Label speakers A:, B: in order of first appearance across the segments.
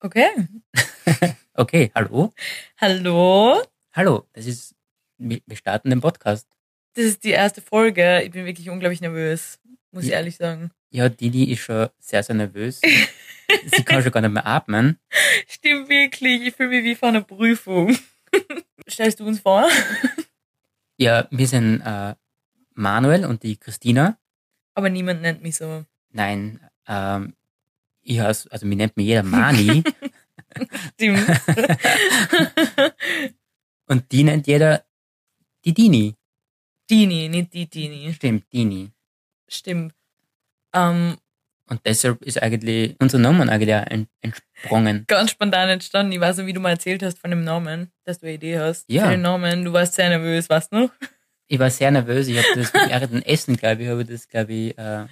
A: Okay.
B: Okay, hallo.
A: Hallo.
B: Hallo, das ist, wir wir starten den Podcast.
A: Das ist die erste Folge. Ich bin wirklich unglaublich nervös, muss ich
B: Ja.
A: ehrlich sagen.
B: Ja, Didi ist schon sehr, sehr nervös. Sie kann schon gar nicht mehr atmen.
A: Stimmt wirklich. Ich fühle mich wie vor einer Prüfung. Stellst du uns vor?
B: Ja, wir sind äh, Manuel und die Christina.
A: Aber niemand nennt mich so.
B: Nein, ähm, ich heiße, also mir nennt mir jeder Mani
A: Stimmt.
B: und die nennt jeder die Dini.
A: Dini, nicht die Dini.
B: Stimmt, Dini.
A: Stimmt. Ähm,
B: Und deshalb ist eigentlich unser Name eigentlich auch ent- entsprungen.
A: ganz spontan entstanden. Ich weiß nicht, wie du mal erzählt hast von dem Namen, dass du eine Idee hast.
B: Ja.
A: Für den Namen. Du warst sehr nervös, weißt du? noch?
B: Ich war sehr nervös. Ich habe das während dem Essen, glaube ich, habe ich das, glaube ich, äh,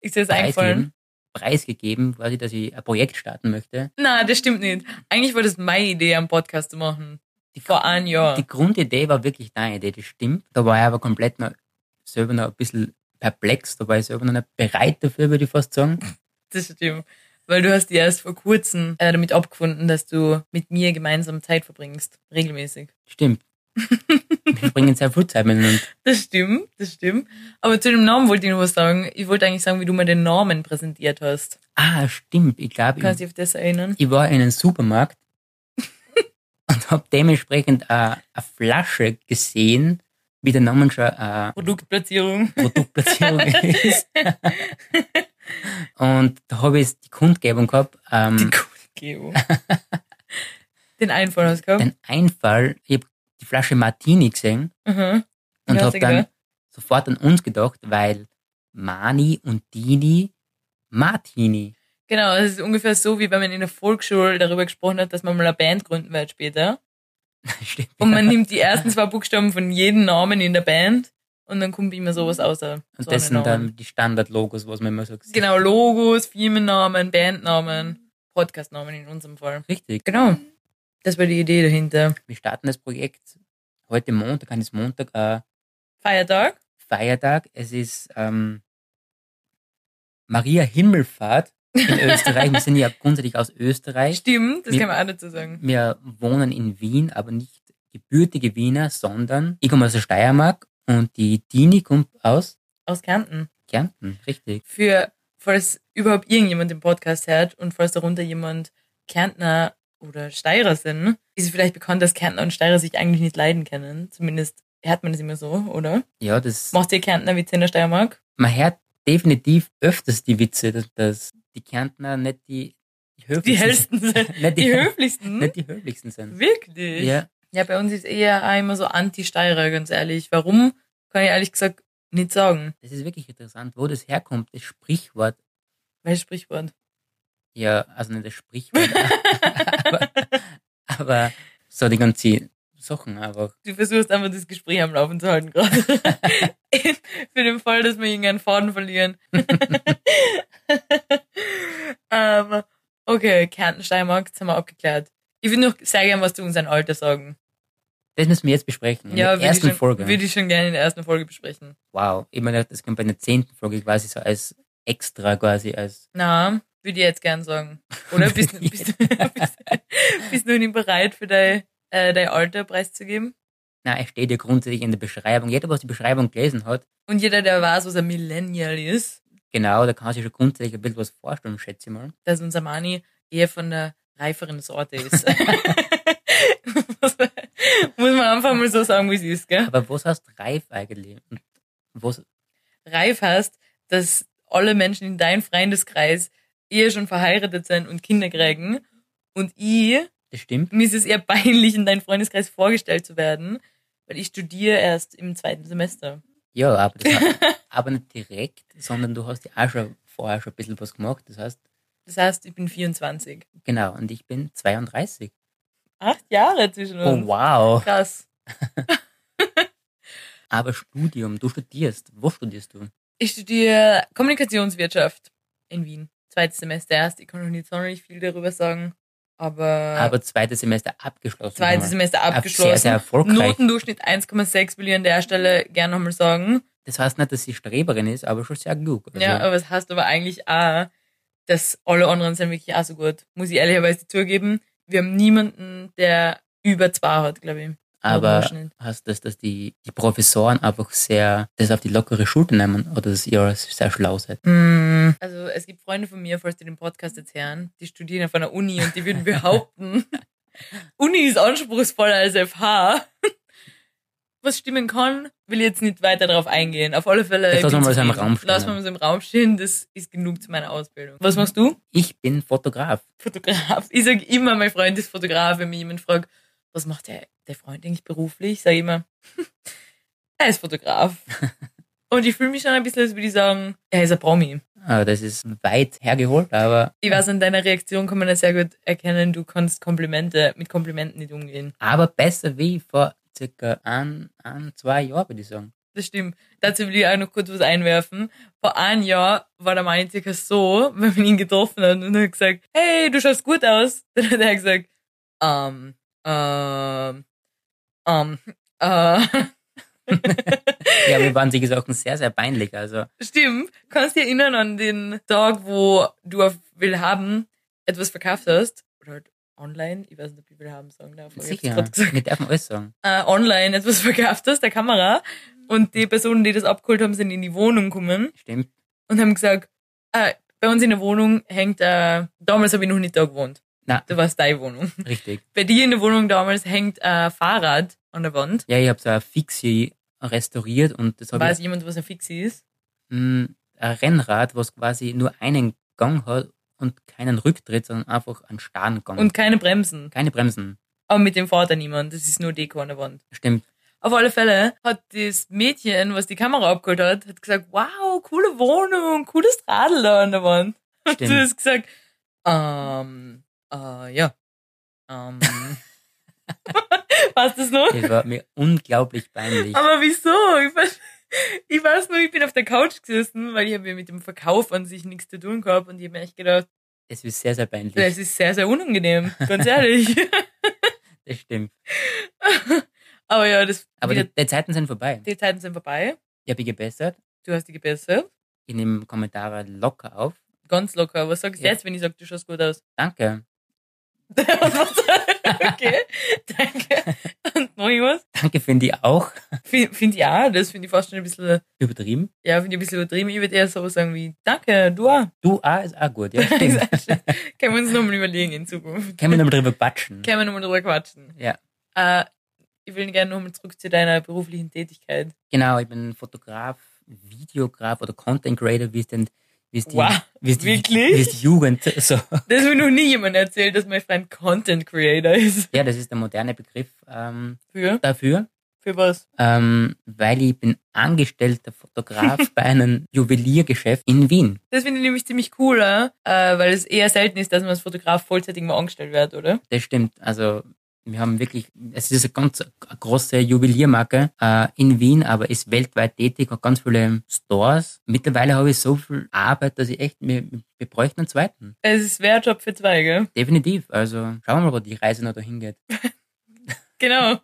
A: Ist dir das eingefallen?
B: preisgegeben, preisgegeben, quasi, dass ich ein Projekt starten möchte.
A: Na, das stimmt nicht. Eigentlich war das meine Idee, einen Podcast zu machen.
B: Die,
A: Vor einem Jahr.
B: die Grundidee war wirklich deine Idee, das stimmt. Da war ich aber komplett noch selber noch ein bisschen perplex, da war ich selber noch nicht bereit dafür, würde ich fast sagen.
A: Das stimmt. Weil du hast ja erst vor kurzem äh, damit abgefunden, dass du mit mir gemeinsam Zeit verbringst. Regelmäßig.
B: Stimmt. Wir bringen sehr viel Zeit miteinander.
A: Das stimmt, das stimmt. Aber zu dem Namen wollte ich noch was sagen. Ich wollte eigentlich sagen, wie du mir den Namen präsentiert hast.
B: Ah, stimmt. Ich glaube,
A: Kannst
B: ich,
A: du dich auf das erinnern?
B: ich war in einem Supermarkt und habe dementsprechend äh, eine Flasche gesehen, wie der Name schon äh,
A: Produktplatzierung.
B: Produktplatzierung ist. Und da habe ich die Kundgebung gehabt, ähm,
A: Geo. den Einfall hast du gehabt.
B: den Einfall, ich habe die Flasche Martini gesehen
A: Mhm.
B: und
A: Ja,
B: habe
A: sehr
B: dann
A: geil.
B: sofort an uns gedacht, weil Mani und Dini Martini.
A: Genau, es ist ungefähr so, wie wenn man in der Volksschule darüber gesprochen hat, dass man mal eine Band gründen wird später.
B: Stimmt.
A: Und man nimmt die ersten zwei Buchstaben von jedem Namen in der Band und dann kommt immer sowas außer.
B: Und
A: Oh, so
B: das
A: einen
B: sind
A: Namen.
B: dann die Standardlogos, was man immer so sieht.
A: Genau, Logos, Firmennamen, Bandnamen, Podcastnamen in unserem Fall.
B: Richtig.
A: Genau. Das war die Idee dahinter.
B: Wir starten das Projekt heute Montag, an ist Montag, äh,
A: Feiertag?
B: Feiertag. Es ist ähm, Maria Himmelfahrt in Österreich. Wir sind ja grundsätzlich aus Österreich.
A: Stimmt, das
B: Mir-
A: kann man auch dazu sagen.
B: Wir wohnen in Wien, aber nicht gebürtige Wiener, sondern ich komme aus der Steiermark und die Dini kommt aus
A: Aus Kärnten.
B: Kärnten. Richtig.
A: Für, falls überhaupt irgendjemand den Podcast hört und falls darunter jemand Kärntner oder Steirer sind, ist vielleicht bekannt, dass Kärntner und Steirer sich eigentlich nicht leiden können. Zumindest hört man das immer so, oder?
B: Ja, das,
A: Macht ihr Kärntner Witze in der Steiermark?
B: man hört definitiv öfters die Witze, dass, dass die Kärntner nicht die, die höflichsten
A: Die hellsten sind.
B: Nicht die,
A: Die höflichsten?
B: nicht die höflichsten sind.
A: Wirklich?
B: Ja,
A: Ja, bei uns ist eher einmal so Anti-Steirer, ganz ehrlich. Warum, kann ich ehrlich gesagt nicht sagen.
B: das ist wirklich interessant, wo das herkommt, das Sprichwort
A: Welches Sprichwort?
B: ja, also nicht das Sprichwort, aber, aber so die ganzen Sachen einfach.
A: Du versuchst einfach das Gespräch am Laufen zu halten gerade. Für den Fall, dass wir irgendeinen Faden verlieren. ähm, okay, Kärnten, Steiermark, das haben wir abgeklärt. Ich würde noch sehr gern was zu unserem Alter sagen.
B: Das müssen wir jetzt besprechen, in der
A: würd ich
B: ersten
A: schon,
B: Folge.
A: Würde ich schon gerne in der ersten Folge besprechen.
B: Wow, ich meine, das kommt bei der zehnten Folge quasi so als extra quasi als
A: Na, würde ich jetzt gern sagen. Oder bist,
B: Würd ich
A: bist, bist, bist du nicht bereit, für dein, äh, dein Alter preiszugeben?
B: na, es steht ja grundsätzlich in der Beschreibung. Jeder, was die Beschreibung gelesen hat,
A: Und jeder, der weiß, was ein Millennial ist,
B: genau, da kann sich schon grundsätzlich ein bisschen was vorstellen, schätze ich mal.
A: dass unser Mani eher von der reiferen Sorte ist. Muss man einfach mal so sagen, wie es ist, gell?
B: Aber was heißt reif eigentlich? Und was,
A: Reif heißt, dass alle Menschen in deinem Freundeskreis eher schon verheiratet sind und Kinder kriegen. Und ich
B: das stimmt?
A: mir ist es eher peinlich, in deinen Freundeskreis vorgestellt zu werden, weil ich studiere erst im zweiten Semester.
B: Ja, aber, das heißt, aber nicht direkt, sondern du hast ja auch schon vorher schon ein bisschen was gemacht. Das heißt,
A: Das heißt, ich bin 24.
B: genau, und ich bin 32.
A: Acht Jahre zwischen
B: Oh,
A: uns.
B: wow.
A: Krass.
B: Aber Studium, du studierst. Wo studierst du?
A: Ich studiere Kommunikationswirtschaft in Wien. Zweites Semester erst. Ich kann noch nicht sonderlich viel darüber sagen, aber,
B: Aber zweites Semester abgeschlossen.
A: zweites
B: haben
A: Semester
B: wir. Sehr, sehr
A: abgeschlossen.
B: erfolgreich.
A: Notendurchschnitt 1,6 will ich an der Stelle gerne nochmal sagen.
B: Das heißt nicht, dass sie Streberin ist, aber schon sehr gut. Also,
A: Ja, aber es heißt aber eigentlich auch, dass alle anderen sind wirklich auch so gut. Muss ich ehrlicherweise zugeben. Wir haben niemanden, der über zwei hat, glaube ich.
B: Aber
A: Durchschnitt.
B: hast du das, dass die, die Professoren einfach sehr das auf die lockere Schulter nehmen oder dass ihr sehr schlau seid?
A: Mm. Also es gibt Freunde von mir, falls die den Podcast jetzt hören, die studieren auf einer Uni und die würden behaupten, Uni ist anspruchsvoller als FH. Was stimmen kann, will ich jetzt nicht weiter darauf eingehen. Auf alle Fälle.
B: Das
A: ich
B: lassen
A: bin
B: wir mal so
A: zufrieden.
B: im Raum stehen.
A: Lassen wir mal so im Raum stehen, das ist genug zu meiner Ausbildung. Was machst du?
B: Ich bin Fotograf.
A: Fotograf. Ich sage immer, mein Freund ist Fotograf. Wenn mich jemand fragt, was macht der, der Freund eigentlich beruflich, sage ich immer, er ist Fotograf. Und ich fühle mich schon ein bisschen, als würde ich sagen, er ist ein Promi.
B: Ah, Das ist weit hergeholt, aber,
A: Ich weiß, an deiner Reaktion kann man das sehr gut erkennen, du kannst Komplimente mit Komplimenten nicht umgehen.
B: aber besser wie vor circa ein, ein zwei Jahren, würde ich sagen.
A: Das stimmt. Dazu will ich auch noch kurz was einwerfen. Vor einem Jahr war der Mann circa so, wenn man ihn getroffen hat und hat gesagt, hey, du schaust gut aus. Dann hat er gesagt, ähm, ähm, ähm, äh.
B: Ja, mir waren solche Sachen sehr, sehr peinlich. Also,
A: Stimmt. Kannst du dich erinnern an den Tag, wo du auf Willhaben etwas verkauft hast? Oder halt online? Ich weiß nicht, ob ich Willhaben sagen darf. aber ich hab's
B: sicher,
A: grad gesagt.
B: wir dürfen alles sagen.
A: äh, online etwas verkauft hast, der Kamera. Und die Personen, die das abgeholt haben, sind in die Wohnung gekommen
B: Stimmt.
A: und haben gesagt, äh, bei uns in der Wohnung hängt, äh, damals habe ich noch nicht da gewohnt.
B: Na,
A: Da war es deine Wohnung.
B: richtig.
A: Bei dir in der Wohnung damals hängt äh, Fahrrad an der Wand.
B: Ja, ich habe so ein Fixie restauriert und das habe
A: Weiß
B: ich
A: jemand, was ein Fixie ist?
B: mh, ein Rennrad, was quasi nur einen Gang hat und keinen Rücktritt, sondern einfach einen starren Gang.
A: Und keine Bremsen.
B: keine Bremsen.
A: Aber mit dem fährt da niemand. Das ist nur Deko an der Wand.
B: Stimmt.
A: Auf alle Fälle hat das Mädchen, was die Kamera abgeholt hat, hat gesagt, wow, coole Wohnung, cooles Radl da an der Wand. Hat
B: Stimmt.
A: sie das gesagt, ähm, äh, ja, ähm, passt das noch?
B: Das war mir unglaublich peinlich.
A: Aber wieso? Ich weiß, ich weiß nur, ich bin auf der Couch gesessen, weil ich habe ja mit dem Verkauf an sich nichts zu tun gehabt und ich habe mir echt gedacht,
B: Es ist sehr, sehr peinlich.
A: das ist sehr, sehr unangenehm, ganz ehrlich.
B: Das stimmt.
A: Aber ja, das,
B: Aber
A: wieder,
B: die, die Zeiten sind vorbei.
A: die Zeiten sind vorbei.
B: Ich habe gebessert.
A: Du hast die gebessert.
B: Ich nehme Kommentare locker auf.
A: Ganz locker. Was sagst du
B: Ja.
A: jetzt, wenn ich sage, du schaust gut aus?
B: Danke.
A: okay, danke. Und noch irgendwas?
B: Danke finde ich auch
A: Finde find ich auch, das finde ich fast schon ein bisschen,
B: übertrieben.
A: ja, finde ich ein bisschen übertrieben. Ich würde eher so sagen wie, danke, du auch.
B: Du auch ist auch gut. Ja, stimmt.
A: Können wir uns nochmal überlegen in Zukunft.
B: Können wir nochmal drüber batschen.
A: Können wir nochmal drüber quatschen.
B: Ja.
A: Äh, ich will gerne nochmal zurück zu deiner beruflichen Tätigkeit.
B: Genau, ich bin Fotograf, Videograf oder Content Creator, wie es denn, wie es die,
A: Wow,
B: wie es die,
A: wirklich?
B: Wie es die Jugend so.
A: Das will noch nie jemand erzählt, dass mein Freund Content Creator ist.
B: Ja, das ist der moderne Begriff ähm,
A: Für?
B: dafür.
A: Für was?
B: Ähm, weil ich bin angestellter Fotograf bei einem Juweliergeschäft in Wien.
A: Das finde ich nämlich ziemlich cool, äh, weil es eher selten ist, dass man als Fotograf vollzeitig irgendwo angestellt wird, oder?
B: Das stimmt. Also wir haben wirklich, es ist eine ganz große Juweliermarke äh, in Wien, aber ist weltweit tätig, hat ganz viele Stores. Mittlerweile habe ich so viel Arbeit, dass ich echt, wir, wir bräuchten einen zweiten.
A: Es ist wer Job für zwei, gell?
B: Definitiv. Also schauen wir mal, wo die Reise noch dahin geht.
A: Genau.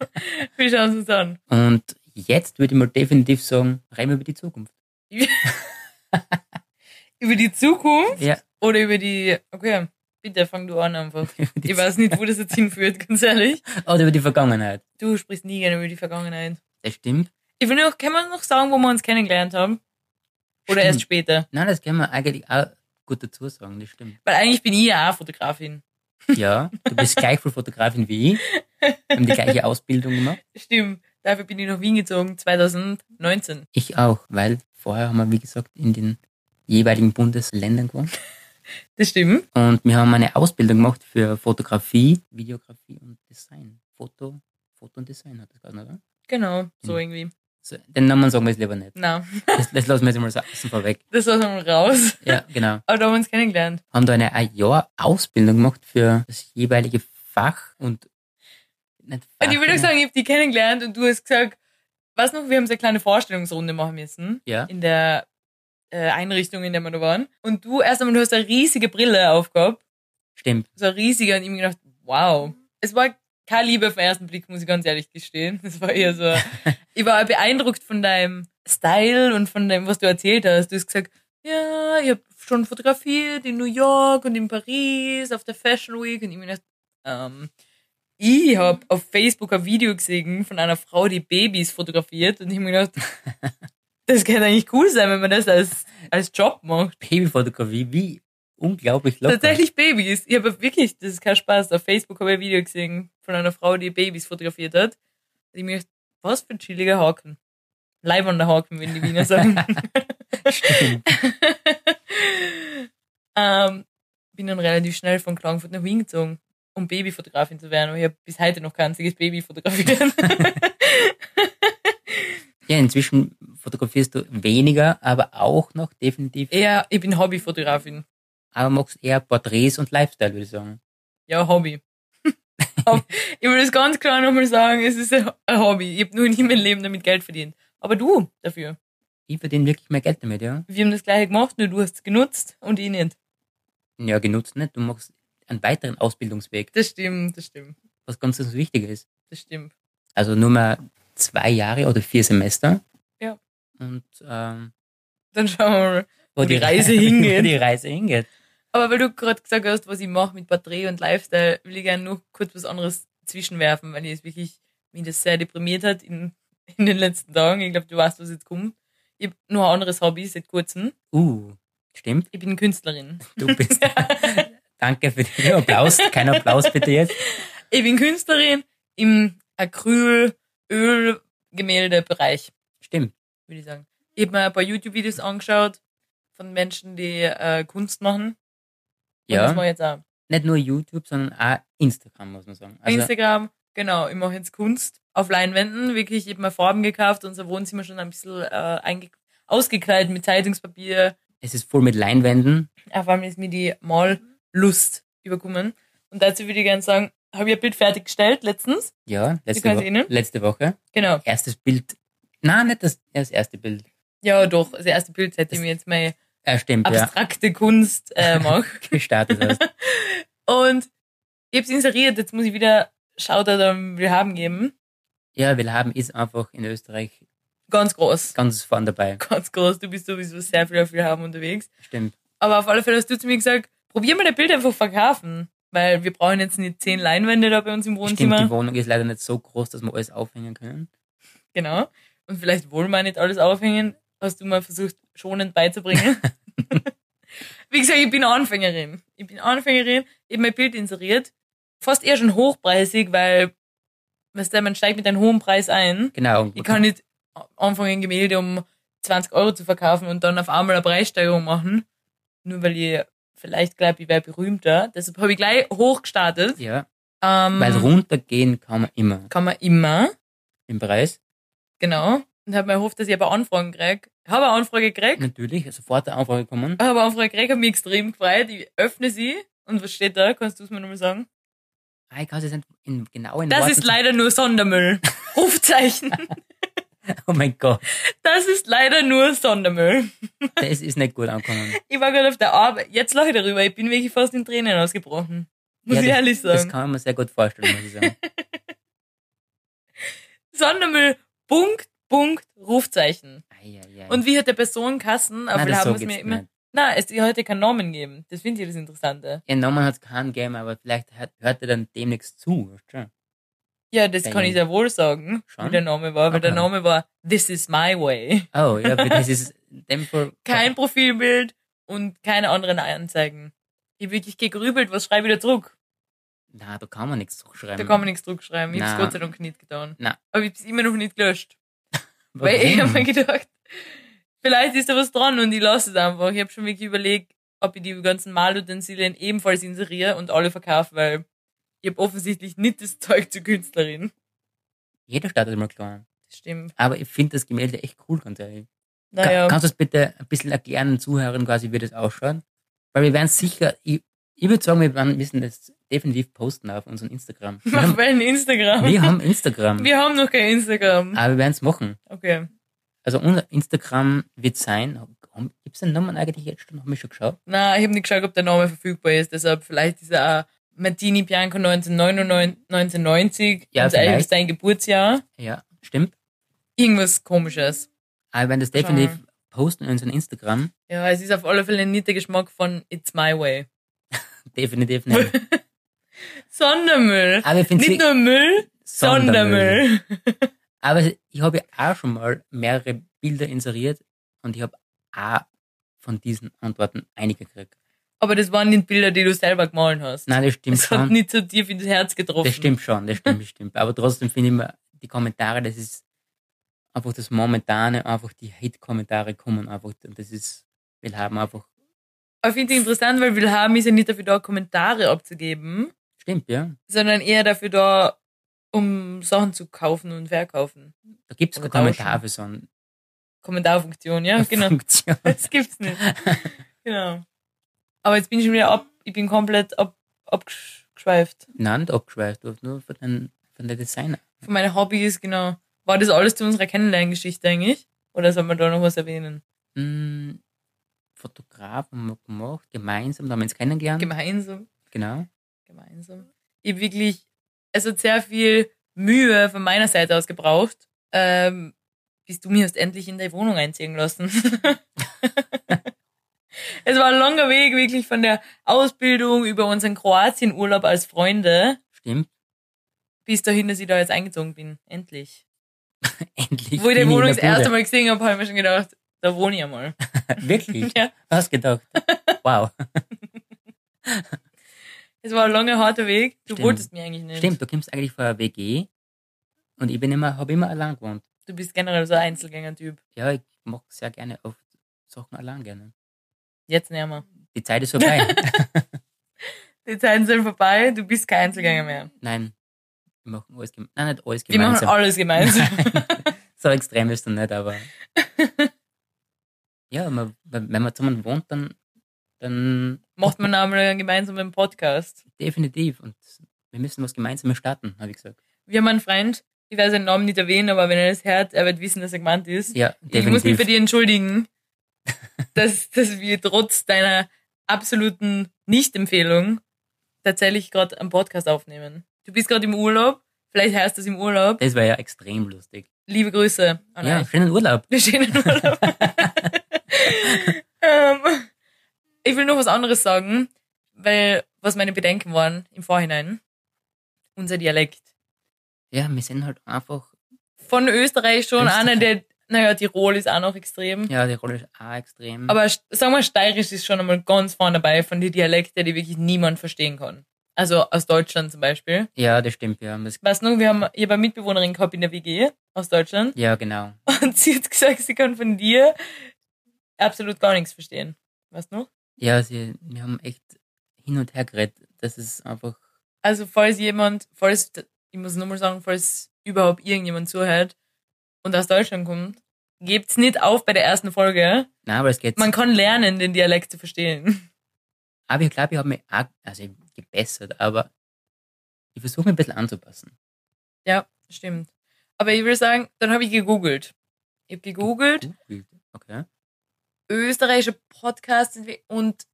A: Wir schauen es uns an.
B: Und jetzt würde ich mal definitiv sagen, reden wir über die Zukunft.
A: Über die Zukunft
B: Ja,
A: oder über die. Okay, bitte fang du an einfach.
B: über die
A: Ich weiß nicht, wo das jetzt hinführt, ganz ehrlich.
B: Zu- oder über die Vergangenheit.
A: Du sprichst nie gerne über die Vergangenheit.
B: Das stimmt.
A: Ich will noch, können wir noch sagen, wo wir uns kennengelernt haben? Oder erst
B: Stimmt.
A: später?
B: Nein, das können wir eigentlich auch gut dazu sagen, das stimmt.
A: Weil eigentlich bin ich ja auch Fotografin.
B: Ja, du bist gleich viel Fotografin wie ich. Wir haben die gleiche Ausbildung gemacht.
A: Stimmt. Dafür bin ich nach Wien gezogen, 2019.
B: Ich auch, weil vorher haben wir, wie gesagt, in den jeweiligen Bundesländern gewohnt.
A: Das stimmt.
B: Und wir haben eine Ausbildung gemacht für Fotografie, Videografie und Design. Foto, Foto und Design hat das gerade, oder?
A: Genau, so
B: Hm.
A: irgendwie.
B: So, den Namen sagen wir jetzt lieber nicht.
A: Na,
B: Das, das lassen wir jetzt mal so außen vorweg.
A: das war's mal raus.
B: Ja, genau.
A: Aber da haben wir uns kennengelernt.
B: Haben da eine ein Jahr Ausbildung gemacht für das jeweilige Fach und nicht Fach,
A: Und ich will
B: sondern-
A: doch sagen, ich habe die kennengelernt und du hast gesagt, was noch, wir haben so eine kleine Vorstellungsrunde machen müssen
B: Ja.
A: in der äh, Einrichtung, in der wir da waren. Und du erst einmal, du hast eine riesige Brille aufgehabt,
B: Stimmt.
A: so eine riesige und ich hab mir gedacht, wow. Es war keine Liebe auf den ersten Blick, muss ich ganz ehrlich gestehen. Es war eher so, ich war beeindruckt von deinem Style und von dem, was du erzählt hast. Du hast gesagt, ja, ich habe schon fotografiert in New York und in Paris, auf der Fashion Week und ich mir gedacht, ähm, ich habe auf Facebook ein Video gesehen von einer Frau, die Babys fotografiert und ich mir gedacht, das kann eigentlich cool sein, wenn man das als, als Job macht.
B: Babyfotografie, wie unglaublich locker.
A: Tatsächlich Babys. Ich habe wirklich, das ist kein Spaß, auf Facebook habe ich ein Video gesehen von einer Frau, die Babys fotografiert hat. Und ich mir gedacht, was für ein chilliger Haken. Live an der Haken, wenn die Wiener sagen.
B: Stimmt.
A: ähm, bin dann relativ schnell von Klagenfurt nach Wien gezogen, um Babyfotografin zu werden. Aber ich habe bis heute noch kein einziges Baby fotografiert.
B: Ja, inzwischen fotografierst du weniger, aber auch noch definitiv.
A: Eher, ich bin Hobbyfotografin.
B: Aber magst eher Porträts und Lifestyle, würde ich sagen.
A: Ja, Hobby. Hob- ich will das ganz klar nochmal sagen, es ist ein ein Hobby. Ich habe nur nie mein Leben damit Geld verdient. Aber du dafür.
B: Ich verdiene wirklich mehr Geld damit, ja.
A: Wir haben das gleiche gemacht, nur du hast es genutzt und ich nicht.
B: Ja, genutzt nicht. Du machst einen weiteren Ausbildungsweg,
A: Das stimmt, das stimmt,
B: was ganz ganz wichtig ist.
A: das stimmt.
B: Also nur mal zwei Jahre oder vier Semester.
A: Ja.
B: Und ähm,
A: Dann schauen wir mal. Wo die Reise hingeht.
B: Wo die Reise hingeht.
A: Aber weil du gerade gesagt hast, was ich mache mit Porträt und Lifestyle, will ich gerne noch kurz was anderes zwischenwerfen, weil ich es wirklich, mich das sehr deprimiert hat in, in den letzten Tagen. Ich glaube, du weißt, was jetzt kommt. Ich habe noch ein anderes Hobby seit kurzem.
B: Uh, stimmt.
A: Ich bin Künstlerin.
B: Du bist. Danke für den Applaus. Kein Applaus bitte jetzt.
A: Ich bin Künstlerin im Acryl, Öl, Gemäldebereich,
B: Stimmt.
A: würde ich sagen. Ich habe mir ein paar YouTube-Videos angeschaut von Menschen, die äh, Kunst machen. Und das mache
B: Ja.
A: ich jetzt auch.
B: Nicht nur YouTube, sondern auch Instagram, muss man sagen. Also,
A: Instagram, genau, ich mache jetzt Kunst auf Leinwänden, wirklich, ich habe mir Farben gekauft, unser Wohnzimmer schon ein bisschen äh, einge- ausgekleidet mit Zeitungspapier.
B: es ist voll mit Leinwänden.
A: Auf einmal ist mir die Mallust überkommen. Und dazu würde ich gerne sagen, habe ich ein Bild fertiggestellt letztens.
B: Ja, letzte,
A: kann's
B: Wo
A: eh nicht.
B: letzte Woche.
A: Genau.
B: Erstes Bild. Nein, nicht das, das erste Bild.
A: Ja, doch, das erste Bild, seitdem
B: Das-
A: ich jetzt meine
B: Äh, stimmt, ja.
A: abstrakte Kunst äh, mache.
B: Gestartet hast.
A: Und ich habe es inseriert, jetzt muss ich wieder Shoutout an Willhaben geben.
B: Ja, wir haben ist einfach in Österreich
A: Ganz groß.
B: ganz vorn dabei.
A: Ganz groß. Du bist sowieso sehr viel auf Willhaben unterwegs.
B: Stimmt.
A: Aber auf alle Fälle hast du zu mir gesagt, probier mal das Bild einfach verkaufen. Weil wir brauchen jetzt nicht zehn Leinwände da bei uns im
B: Stimmt, die
A: Wohnzimmer.
B: Wohnung ist leider nicht so groß, dass wir alles aufhängen können.
A: Genau. Und vielleicht wollen wir nicht alles aufhängen. Hast du mal versucht, schonend beizubringen. Wie gesagt, ich bin Anfängerin. Ich bin Anfängerin, eben mein Bild inseriert. Fast eher schon hochpreisig, weil, weißt du, man steigt mit einem hohen Preis ein.
B: Genau. und
A: Ich
B: man
A: kann nicht anfangen, ein Gemälde um 20 Euro zu verkaufen und dann auf einmal eine Preissteigerung machen. Nur weil ich vielleicht glaube, ich wäre berühmter. Deshalb habe ich gleich hochgestartet.
B: Ja,
A: Ähm,
B: weil runtergehen kann man immer
A: kann man immer.
B: im Preis.
A: Genau. Und habe mir gehofft, dass ich aber Anfragen kriege. Habe eine Anfrage gekriegt.
B: Natürlich, sofort eine Anfrage gekommen.
A: Habe eine Anfrage gekriegt, habe mich extrem gefreut. Ich öffne sie. Und was steht da? Kannst du es mir nochmal sagen?
B: Ah, ich kann es jetzt nicht in, genau in
A: Das
B: Worten
A: ist leider nur Sondermüll. Rufzeichen.
B: Oh mein Gott,
A: Das ist leider nur Sondermüll.
B: das ist nicht gut angekommen.
A: Ich war gerade auf der Arbeit. Jetzt lache ich darüber. Ich bin wirklich fast in Tränen ausgebrochen. Muss
B: Ja,
A: ich ehrlich
B: Das
A: sagen.
B: kann man sehr gut vorstellen, muss ich sagen.
A: Sondermüll, Punkt, Punkt, Rufzeichen.
B: Eieiei.
A: Und wie hat der Person Kassen? Aber
B: Nein,
A: wir
B: das
A: haben
B: so
A: es mir
B: geht's
A: immer.
B: nicht.
A: Na, es die heute keinen Namen geben. Das finde ich das Interessante.
B: Ja, Norman hat keinen Game, aber vielleicht hört, hört er dann demnächst zu. weißt du?
A: Ja, das
B: Damn.
A: kann ich sehr wohl sagen,
B: Schon?
A: wie der Name war, weil der
B: Okay.
A: Name war This is my way.
B: Oh, ja, aber das ist in dem Fall.
A: Kein Profilbild und keine anderen Anzeigen. Ich wirklich gegrübelt, was schreibe ich da zurück?
B: Na, da kann man nichts zuschreiben.
A: Da kann man nichts zurückschreiben. Ich hab's
B: Ähm, Na.
A: Gott sei Dank nicht getan.
B: Na.
A: Aber ich hab's immer noch nicht gelöscht. Weil ich hab mir
B: Warum?
A: gedacht, vielleicht ist da was dran und ich lasse es einfach. Ich habe schon wirklich überlegt, ob ich die ganzen Malutensilien ebenfalls inseriere und alle verkaufe, weil ich habe offensichtlich nicht das Zeug zur Künstlerin.
B: Jeder startet mal klein.
A: Stimmt.
B: Aber ich finde das Gemälde echt cool, ganz ehrlich. Ka-
A: Naja,
B: Kannst du es bitte ein bisschen erklären, den Zuhörern quasi, wie das ausschaut? Weil wir werden sicher, ich, ich würde sagen, wir werden, müssen das definitiv posten auf unserem Instagram. Wir
A: auf
B: haben,
A: welchen Instagram?
B: wir haben Instagram,
A: Wir haben noch kein Instagram.
B: aber wir werden es machen.
A: Okay.
B: Also unser Instagram wird sein, gibt es den Namen eigentlich jetzt schon? Haben wir schon geschaut?
A: Na, ich habe nicht geschaut, ob der Name verfügbar ist, deshalb vielleicht ist er Martini Bianco 1999, 1990,
B: Ja,
A: ganz eigentlich
B: vielleicht.
A: sein Geburtsjahr.
B: Ja, stimmt.
A: Irgendwas komisches.
B: Aber wir werden das definitiv posten in unseren Instagram.
A: Ja, es ist auf alle Fälle nicht der Geschmack von It's My Way.
B: Definitiv nicht.
A: Sondermüll.
B: Aber ich finde
A: Nicht nur Müll, Sondermüll.
B: Aber ich habe ja auch schon mal mehrere Bilder inseriert und ich habe auch von diesen Antworten einige gekriegt.
A: Aber das waren nicht Bilder, die du selber gemahlen hast.
B: Nein, das stimmt
A: das hat
B: schon.
A: nicht so tief ins Herz getroffen.
B: Das stimmt schon, das stimmt, das stimmt. Aber trotzdem finde ich immer, die Kommentare, das ist einfach das Momentane, einfach die Hate-Kommentare kommen einfach. Und das ist, wir haben einfach,
A: Aber ich finde es interessant, weil Wilhelm ist ja nicht dafür da, Kommentare abzugeben,
B: stimmt, ja.
A: sondern eher dafür da, um Sachen zu kaufen und verkaufen.
B: Da gibt es
A: Oder
B: keine Kommentare
A: tauschen.
B: für so eine
A: Kommentarfunktion, ja, genau.
B: Funktion.
A: Das gibt's nicht. Genau. Aber jetzt bin ich schon wieder ab, ich bin komplett ab, abgeschweift.
B: Nein, nicht abgeschweift, nur von den, von den Designer.
A: Von meinen Hobbys, genau. War das alles zu unserer Kennenlerngeschichte eigentlich? Oder soll man da noch was erwähnen?
B: Hm, Fotograf haben wir gemacht, gemeinsam, da haben wir uns kennengelernt.
A: Gemeinsam.
B: genau.
A: Gemeinsam. Ich hab wirklich, es hat sehr viel Mühe von meiner Seite aus gebraucht, ähm, bis du mir hast endlich in deine Wohnung einziehen lassen. es war ein langer Weg, wirklich von der Ausbildung über unseren Kroatienurlaub als Freunde.
B: Stimmt.
A: bis dahin, dass ich da jetzt eingezogen bin. Endlich.
B: Endlich.
A: Wo ich die
B: bin in
A: Wohnung
B: der
A: das erste
B: Bude.
A: Mal gesehen habe, habe ich mir schon gedacht, da wohne ich einmal.
B: Wirklich?
A: ja.
B: Hast gedacht. Wow.
A: Es war ein langer, harter Weg. Du
B: Stimmt.
A: wolltest mich eigentlich nicht.
B: Stimmt, du kommst eigentlich von einer WG und ich bin immer, habe immer allein gewohnt.
A: Du bist generell so ein Einzelgänger-Typ.
B: Ja, ich mag sehr gerne oft Sachen allein gerne.
A: Jetzt näher mal.
B: Die Zeit ist vorbei.
A: Die Zeiten sind vorbei, du bist kein Einzelgänger mehr.
B: Nein, wir machen alles gemeinsam. Nein, nicht alles
A: Wir machen
B: gemeinsam.
A: alles gemeinsam.
B: Nein. so extrem ist dann nicht, aber. ja, man, wenn wenn man zusammen wohnt, dann, dann
A: Macht man einmal einen gemeinsamen Podcast.
B: definitiv. Und wir müssen was Gemeinsames starten, habe ich gesagt.
A: Wir haben einen Freund, ich werde seinen Namen nicht erwähnen, aber wenn er das hört, er wird wissen, dass er gemeint ist.
B: Ja,
A: Ich muss mich bei
B: definitiv.
A: dir entschuldigen, dass, dass wir trotz deiner absoluten Nicht-Empfehlung tatsächlich gerade einen Podcast aufnehmen. Du bist gerade im Urlaub, vielleicht heißt das im Urlaub.
B: Das war ja extrem lustig.
A: Liebe Grüße an
B: ja,
A: euch.
B: schönen Urlaub.
A: Wir stehen im Urlaub. ähm, ich will noch was anderes sagen, weil was meine Bedenken waren im Vorhinein. Unser Dialekt.
B: Ja, wir sind halt einfach
A: Von Österreich schon
B: Österreich.
A: einer der, naja, Tirol ist auch noch extrem.
B: Ja, die Rolle ist auch extrem.
A: Aber st- sagen wir, steirisch ist schon einmal ganz vorne dabei von den Dialekten, die wirklich niemand verstehen kann. Also aus Deutschland zum Beispiel.
B: ja, das stimmt, ja. Das,
A: Weißt du, noch, wir haben hier eine Mitbewohnerin gehabt in der WG aus Deutschland
B: ja, genau.
A: und sie hat gesagt, sie kann von dir absolut gar nichts verstehen. Weißt du? noch?
B: Ja, sie, wir haben echt hin und her geredet. Das ist einfach,
A: Also falls jemand, falls, ich muss nur mal sagen, falls überhaupt irgendjemand zuhört und aus Deutschland kommt, gebt's nicht auf bei der ersten Folge.
B: nein, aber es geht.
A: Man kann lernen, den Dialekt zu verstehen.
B: aber ich glaube, ich habe mich auch, also ich hab gebessert, aber ich versuche mich ein bisschen anzupassen.
A: Ja, stimmt. Aber ich will sagen, dann habe ich gegoogelt. Ich habe gegoogelt,
B: Gut, Okay.
A: österreichische Podcasts und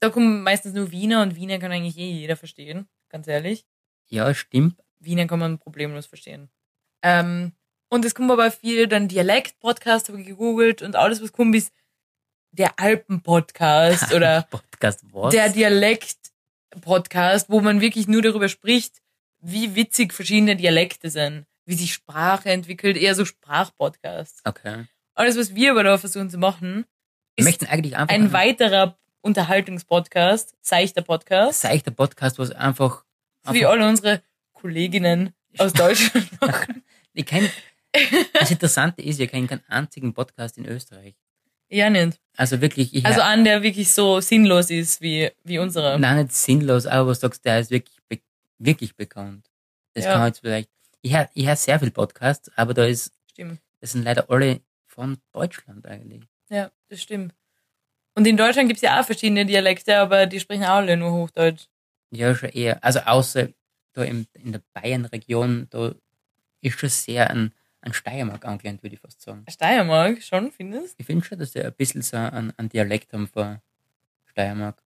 A: da kommen meistens nur Wiener und Wiener kann eigentlich eh jeder verstehen, ganz ehrlich.
B: Ja, stimmt.
A: Wiener kann man problemlos verstehen. Ähm, und es kommt aber viel dann Dialekt-Podcast, habe ich gegoogelt und alles, was kommt, ist der Alpen-Podcast oder
B: Podcast was?
A: der Dialekt-Podcast, wo man wirklich nur darüber spricht, wie witzig verschiedene Dialekte sind, wie sich Sprache entwickelt, eher so Sprachpodcasts.
B: okay.
A: Alles, was wir aber da versuchen zu machen,
B: Wir
A: ist
B: möchten eigentlich einfach
A: ein weiterer Unterhaltungspodcast, seichter Podcast,
B: seichter Podcast, was einfach,
A: so wie
B: einfach-
A: alle unsere Kolleginnen aus Deutschland machen.
B: ich kenn, das Interessante ist, wir kennen keinen einzigen Podcast in Österreich.
A: Ja, nicht.
B: Also wirklich, ich
A: Also an der wirklich so sinnlos ist wie, wie unsere.
B: Nein, nicht sinnlos, aber was sagst du, der ist wirklich, be wirklich bekannt. Das
A: Ja.
B: kann man jetzt vielleicht. Ich höre ich hör sehr viel Podcasts, aber da ist,
A: Stimmt.
B: das sind leider alle von Deutschland eigentlich.
A: Ja, das stimmt. Und in Deutschland gibt's ja auch verschiedene Dialekte, aber die sprechen auch alle nur Hochdeutsch.
B: Ja, schon eher. Also außer da im, in der Bayern-Region, da ist schon sehr an, an Steiermark angelehnt, würde ich fast sagen.
A: Steiermark, schon, findest
B: Ich finde schon, dass die ein bisschen so einen, einen Dialekt haben von Steiermark.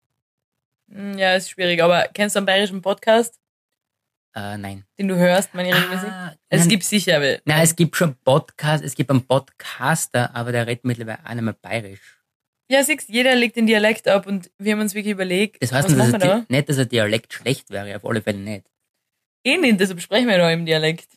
A: Mm, Hm, Ja, ist schwierig, aber kennst du einen bayerischen Podcast?
B: Äh, nein.
A: den du hörst, meine ich regelmäßig?
B: Ah,
A: es
B: nein,
A: gibt sicher, aber
B: Nein, es gibt schon Podcast, es gibt einen Podcaster, aber der redet mittlerweile auch nicht mehr bayerisch.
A: ja, siehst jeder legt den Dialekt ab und wir haben uns wirklich überlegt,
B: Das heißt
A: was
B: nicht, dass
A: machen wir
B: er, Di-
A: da?
B: nicht, dass er Dialekt schlecht wäre, auf alle Fälle nicht.
A: Eh nicht, deshalb sprechen wir da im Dialekt.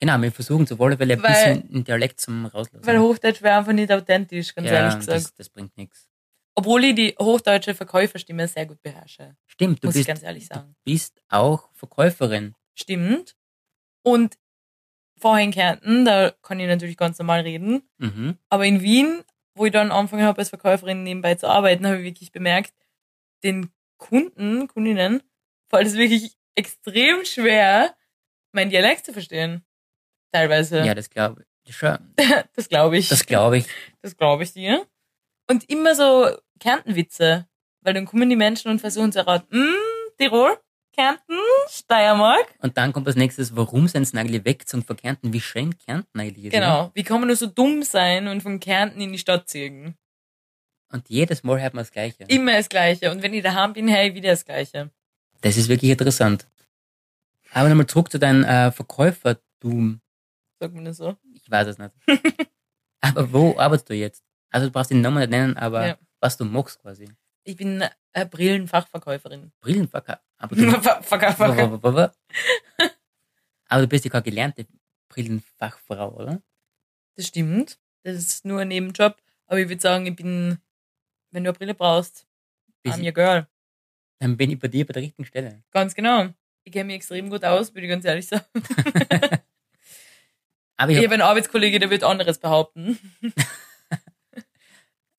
B: Genau, wir versuchen auf alle Fälle ein
A: Weil-
B: bisschen einen Dialekt zum Rauslassen.
A: Weil Hochdeutsch wäre einfach nicht authentisch, ganz
B: ja,
A: ehrlich gesagt.
B: Das, das bringt nichts.
A: Obwohl ich die hochdeutsche Verkäuferstimme sehr gut beherrsche,
B: Stimmt, du
A: muss ich
B: bist,
A: ganz ehrlich sagen.
B: bist auch Verkäuferin.
A: Stimmt. Und vorher in Kärnten, da kann ich natürlich ganz normal reden.
B: Mhm.
A: Aber in Wien, wo ich dann angefangen habe, als Verkäuferin nebenbei zu arbeiten, habe ich wirklich bemerkt, den Kunden, Kundinnen, fällt es wirklich extrem schwer, meinen Dialekt zu verstehen. Teilweise.
B: Ja, das glaube ich. Schon,
A: Das glaube ich.
B: das glaube ich.
A: Das glaube ich dir. Und immer so Kärntenwitze. Weil dann kommen die Menschen und versuchen zu erraten, mm, Tirol, Kärnten, Steiermark.
B: Und dann kommt als nächstes, warum sind sie eigentlich weg zum Verkärnten? Wie schön Kärnten eigentlich ist. ne?
A: Genau. Wie kann man nur so dumm sein und von Kärnten in die Stadt ziehen?
B: Und jedes Mal hört man das Gleiche.
A: Immer das Gleiche. Und wenn ich daheim bin, hey, wieder das Gleiche.
B: Das ist wirklich interessant. Aber nochmal zurück zu deinem äh, Verkäufertum.
A: Sagt man das so?
B: Ich weiß es nicht. aber wo arbeitest du jetzt? Also du brauchst den Namen nicht nennen, aber
A: Ja.
B: was du magst quasi.
A: Ich bin äh, Brillenfachverkäuferin.
B: Brillenverkauf. Aber du,
A: Ver- Verkauf- Verkauf-
B: aber du bist ja keine gelernte Brillenfachfrau, oder?
A: Das stimmt. Das ist nur ein Nebenjob. Aber ich würde sagen, ich bin, wenn du eine Brille brauchst,
B: Bist-
A: I'm your girl.
B: Dann bin ich bei dir bei der richtigen Stelle.
A: Ganz genau. Ich kenne mich extrem gut aus, würde ich ganz ehrlich sagen.
B: Aber
A: Ich
B: ich
A: habe einen Arbeitskollege, der wird anderes behaupten.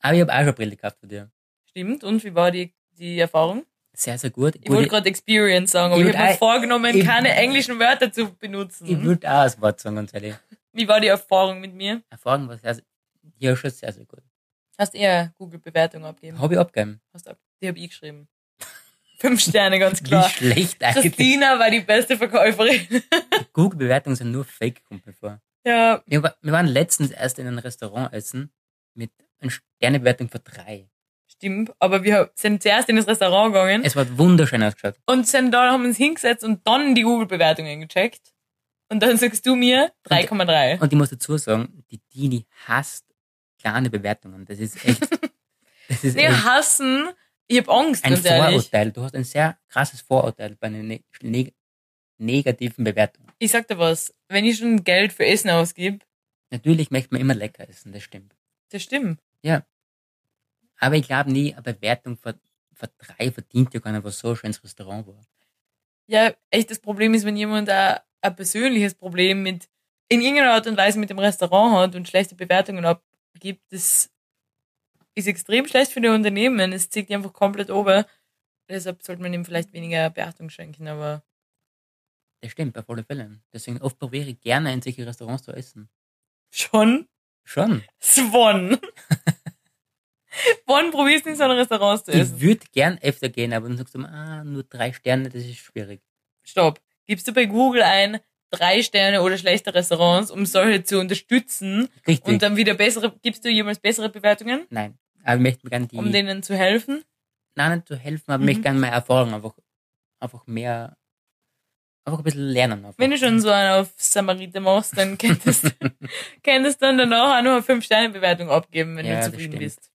B: habe hab auch schon eine Brille gehabt bei dir.
A: Stimmt. Und wie war die, die Erfahrung?
B: Sehr, sehr gut.
A: Ich wollte gerade Experience sagen, aber ich,
B: Ich würd
A: habe mir
B: auch-
A: vorgenommen,
B: ich-
A: keine englischen Wörter zu benutzen.
B: ich würd auch das Wort sagen, ganz ehrlich.
A: wie war die Erfahrung mit mir?
B: Erfahrung war sehr, sehr- ja, schon sehr, sehr gut.
A: Hast eher Google-Bewertung abgegeben?
B: Habe ich abgegeben.
A: Hast ab die habe ich geschrieben. Fünf Sterne, ganz
B: Wie
A: klar.
B: schlecht eigentlich.
A: Christina war die beste Verkäuferin.
B: Google-Bewertungen sind nur Fake, kommt mir vor.
A: ja,
B: Wir, wa- wir waren letztens erst in einem Restaurant essen mit einer Sternebewertung von drei.
A: stimmt. Aber wir sind zuerst in das Restaurant gegangen
B: Es hat wunderschön ausgeschaut.
A: und sind da, haben uns hingesetzt und dann die Google-Bewertungen gecheckt. Und dann sagst du mir 3,3.
B: Und ich muss dazu sagen, die Dini hasst kleine Bewertungen. Das ist echt, das ist
A: Wir
B: echt
A: hassen, ich habe Angst,
B: ein
A: ganz ehrlich.
B: Vorurteil. Du hast ein sehr krasses Vorurteil bei einer ne neg negativen Bewertung.
A: Ich sag dir was, wenn ich schon Geld für Essen ausgib,
B: Natürlich möchte man immer lecker essen, das stimmt.
A: das stimmt.
B: Aber ich glaube nie, eine Bewertung von, von drei verdient ja gar nicht, was so ein schönes Restaurant war.
A: Ja, echt, das Problem ist, wenn jemand da ein persönliches Problem mit, in irgendeiner Art und Weise mit dem Restaurant hat und schlechte Bewertungen abgibt, das ist extrem schlecht für die Unternehmen. Es zieht die einfach komplett ober. Deshalb sollte man ihm vielleicht weniger Beachtung schenken, aber
B: Das stimmt, auf alle Fälle. Deswegen oft probiere ich gerne in solche Restaurants zu essen.
A: schon
B: Schon.
A: Swan. One probierst in so einem Restaurant zu essen.
B: Ich würde gern öfter gehen, aber dann sagst du mir, ah, nur drei Sterne, das ist schwierig.
A: Stopp. Gibst du bei Google ein, drei Sterne oder schlechte Restaurants, um solche zu unterstützen
B: Richtig.
A: und dann wieder bessere, gibst du jemals bessere Bewertungen,
B: nein. Aber ich möchte mir gerne die,
A: um denen zu helfen?
B: nein, nicht zu helfen, aber ich
A: Mhm.
B: möchte gerne meine Erfahrung einfach, einfach mehr, einfach ein bisschen lernen. Einfach.
A: Wenn du schon so einen auf Samariter machst, dann könntest, könntest dann danach auch noch eine 5-Sterne-Bewertung abgeben, wenn
B: Ja, das
A: du zufrieden
B: stimmt.
A: bist.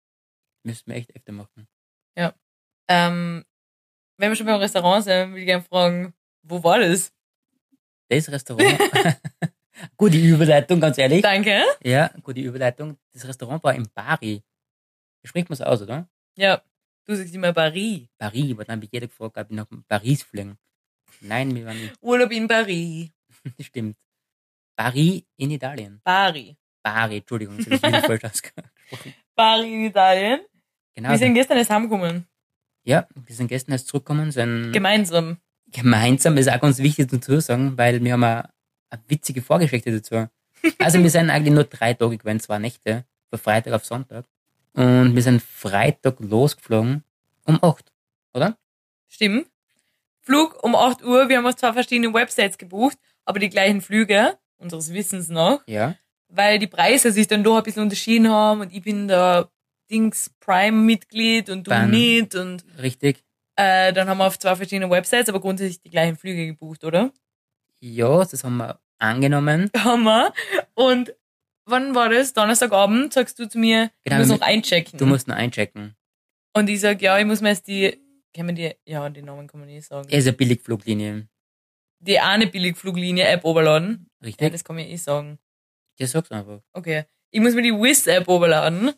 B: Müssten wir echt öfter machen.
A: Ähm, wenn wir schon beim Restaurant sind, würde ich gerne fragen, wo war das?
B: Das Restaurant. gute Überleitung, ganz ehrlich.
A: Danke.
B: Ja, gute Überleitung. Das Restaurant war in Bari. Da Spricht man so aus, oder?
A: Ja, du sagst immer Paris.
B: Paris, aber dann habe ich jeder gefragt, ob ich nach Paris fliegen. Nein, wir waren nicht.
A: Urlaub in Paris.
B: Das stimmt. Paris in Italien.
A: Paris.
B: Bari, Entschuldigung, das ist wieder falsch ausgesprochen.
A: Paris in Italien.
B: Genau.
A: Wir sind gestern erst heimgekommen.
B: ja, wir sind gestern erst zurückgekommen, sind
A: Gemeinsam.
B: gemeinsam, das ist auch ganz wichtig dazu zu sagen, weil wir haben eine, eine witzige Vorgeschichte dazu. Also wir sind eigentlich nur drei Tage gewesen, zwei Nächte, von Freitag auf Sonntag. Und wir sind Freitag losgeflogen um acht, oder?
A: Stimmt. Flug um 8 Uhr. Wir haben aus zwei verschiedenen Websites gebucht, aber die gleichen Flüge, unseres Wissens noch,
B: Ja.
A: weil die Preise sich dann doch ein bisschen unterschieden haben und ich bin da Dings Prime-Mitglied und du
B: Dann-
A: nicht und
B: Richtig.
A: Äh, dann haben wir auf zwei verschiedenen Websites, aber grundsätzlich die gleichen Flüge gebucht, oder?
B: Ja, das haben wir angenommen.
A: Haben wir. Und wann war das? Donnerstagabend sagst du zu mir, ich
B: Genau,
A: muss
B: wir-
A: noch einchecken.
B: Du musst noch einchecken.
A: Und ich sag, ja, ich muss mir jetzt die, kann man die, ja, die Namen kann man nicht sagen.
B: Er ist eine Billigfluglinie.
A: Die eine Billigfluglinie-App runterladen. Ja,
B: Richtig?
A: das kann man ja eh sagen.
B: Ja, sag's einfach.
A: Okay. Ich muss mir die Wizz-App runterladen.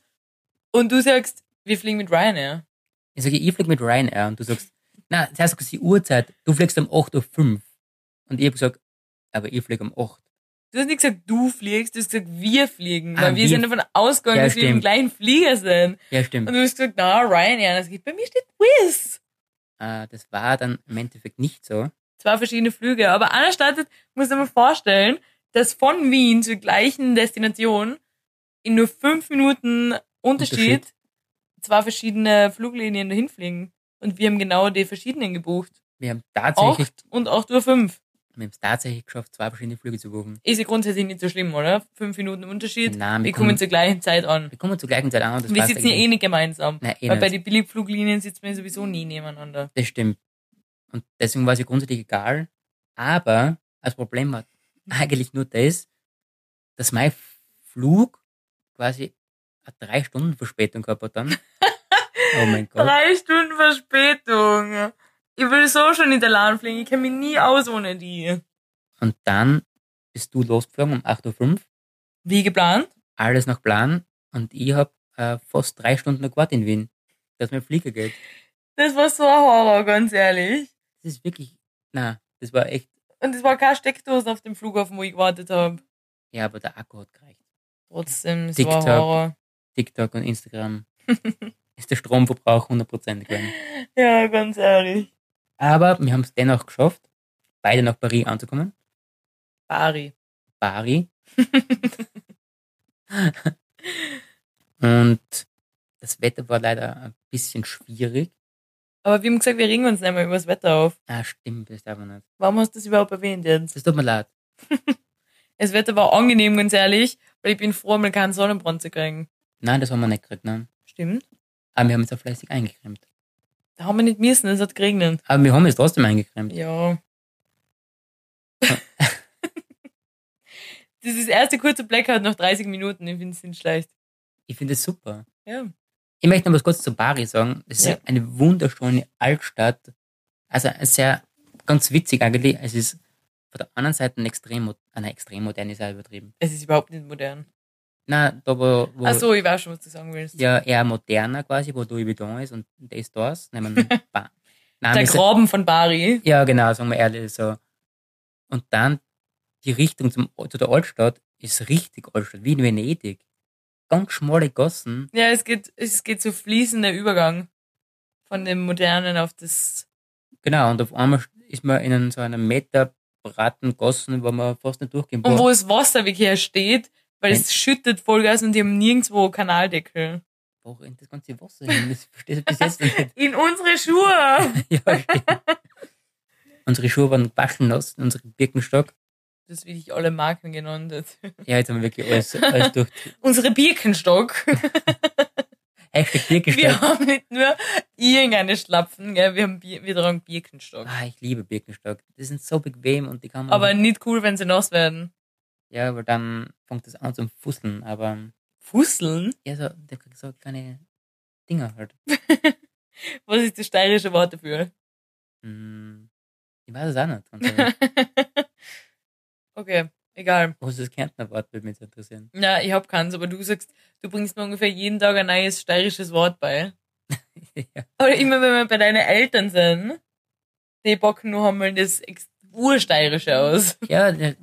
A: Und du sagst, wir fliegen mit Ryanair.
B: Ich sage, ich flieg mit Ryanair und du sagst, na, das heißt, die Uhrzeit, du fliegst um 8.05 Uhr. Und ich hab gesagt, aber ich flieg um 8.
A: Du hast nicht gesagt, du fliegst, du hast gesagt, wir fliegen.
B: Ah,
A: weil wir,
B: wir-
A: sind davon ausgegangen,
B: Ja,
A: dass wir im
B: stimmt.
A: gleichen Flieger sind.
B: Ja,
A: Und
B: stimmt.
A: du hast gesagt, na, Ryanair. Und das geht, bei mir steht Wizz.
B: Äh, das war dann im Endeffekt nicht so.
A: Zwei verschiedene Flüge. Aber einer startet, muss man mal vorstellen, dass von Wien zur gleichen Destination in nur fünf Minuten Unterschied,
B: Unterschied.
A: zwei verschiedene Fluglinien dahin fliegen. Und wir haben genau die verschiedenen gebucht.
B: Wir haben tatsächlich,
A: 8 und 8.05 Uhr.
B: wir haben es tatsächlich geschafft, zwei verschiedene Flüge zu buchen.
A: Ist ja grundsätzlich nicht so schlimm, oder? Fünf Minuten Unterschied.
B: Nein,
A: wir kommen zur gleichen Zeit an.
B: wir kommen zur gleichen Zeit an und das
A: Wir
B: passt
A: sitzen ja
B: eigentlich.
A: eh nicht gemeinsam.
B: Nein, eh
A: weil bei
B: nicht.
A: den Billigfluglinien sitzen wir sowieso nie nebeneinander.
B: Das stimmt. Und deswegen war es ja grundsätzlich egal. Aber das Problem war eigentlich nur das, dass mein Flug quasi eine drei Stunden Verspätung gehabt hat dann. Oh mein Gott.
A: Drei Stunden Verspätung. Ich will so schon in der Lahn fliegen. Ich kenne mich nie aus ohne die.
B: Und dann bist du losgeflogen um 8.05 Uhr,
A: Wie geplant?
B: alles nach Plan. Und ich habe äh, fast drei Stunden noch gewartet in Wien, dass mein Flieger geht.
A: Das war so ein Horror, ganz ehrlich.
B: Das ist wirklich, na, das war echt,
A: Und es war keine Steckdose auf dem Flughafen, wo ich gewartet habe.
B: ja, aber der Akku hat gereicht.
A: Trotzdem, es
B: TikTok.
A: war Horror.
B: TikTok und Instagram ist der Stromverbrauch 100% geworden.
A: Ja, ganz ehrlich.
B: Aber wir haben es dennoch geschafft, beide nach Paris anzukommen.
A: Bari.
B: Paris. und das Wetter war leider ein bisschen schwierig.
A: Aber wir haben gesagt, wir regen uns nicht mal über das Wetter auf.
B: Ah, stimmt, das darf man nicht.
A: Warum hast du das überhaupt erwähnt jetzt?
B: Das tut mir leid.
A: Das Wetter war angenehm, ganz ehrlich, weil ich bin froh, mal keinen Sonnenbrand zu kriegen.
B: Nein, das haben wir nicht gekriegt, nein.
A: Stimmt.
B: Aber wir haben es auch fleißig eingecremt.
A: Da haben wir nicht müssen, es hat geregnet.
B: Aber wir haben es trotzdem eingecremt.
A: Ja. das ist das erste kurze Blackout nach 30 Minuten, ich finde es nicht schlecht.
B: Ich finde es super.
A: Ja.
B: Ich möchte noch was kurz zu Bari sagen. Das ist
A: Ja.
B: eine wunderschöne Altstadt. Also ein sehr, ganz witzig eigentlich. Es ist von der anderen Seite ein extrem, mo- ah, nein, extrem modern ist ja übertrieben.
A: Es ist überhaupt nicht modern.
B: Na, da wo, wo
A: Ach so, ich weiß schon, was du sagen willst.
B: ja eher moderner quasi, wo Louis Vuitton ist und das das. Nehmen wir ba Nein,
A: Der
B: wir sind-
A: Graben von Bari.
B: Ja, genau, sagen wir ehrlich so. Und dann die Richtung zum, zu der Altstadt ist richtig Altstadt, wie in Venedig. Ganz schmale Gassen.
A: Ja, es geht, es geht so fließender Übergang von dem Modernen auf das.
B: Genau, und auf einmal ist man in so einem Meter braten Gassen, wo man fast nicht durchgehen
A: Und wo
B: kann.
A: das Wasser wirklich her steht, weil es schüttet Vollgas und die haben nirgendwo Kanaldeckel.
B: Wo rennt das ganze Wasser hin? Das verstehe ich bis jetzt nicht.
A: In unsere Schuhe.
B: ja, stimmt. Unsere Schuhe waren waschen nass, unsere Birkenstock.
A: Das ist wirklich alle Marken genannt.
B: Ja, jetzt haben wir wirklich alles, alles durch.
A: Unsere Birkenstock.
B: Hashtag Birkenstock.
A: Wir haben nicht nur irgendeine Schlapfen, gell? Wir, haben Bier, wir tragen Birkenstock.
B: Ah, ich liebe Birkenstock. Die sind so bequem und die kann man.
A: Aber nicht cool, wenn sie nass werden.
B: ja, aber dann fängt das an zum Fusseln. Aber
A: Fusseln?
B: ja, so, da kriegst du so kleine Dinger halt.
A: Was ist das steirische Wort dafür?
B: Hm, ich weiß es auch nicht. ganz ehrlich.
A: okay, egal.
B: Was ist das Kärntner Wort, würde mich jetzt interessieren.
A: Ja, ich hab keins, aber du sagst, du bringst mir ungefähr jeden Tag ein neues steirisches Wort bei.
B: ja.
A: Oder immer, wenn wir bei deinen Eltern sind, die bocken nur einmal das ex- ursteirische aus.
B: ja, der-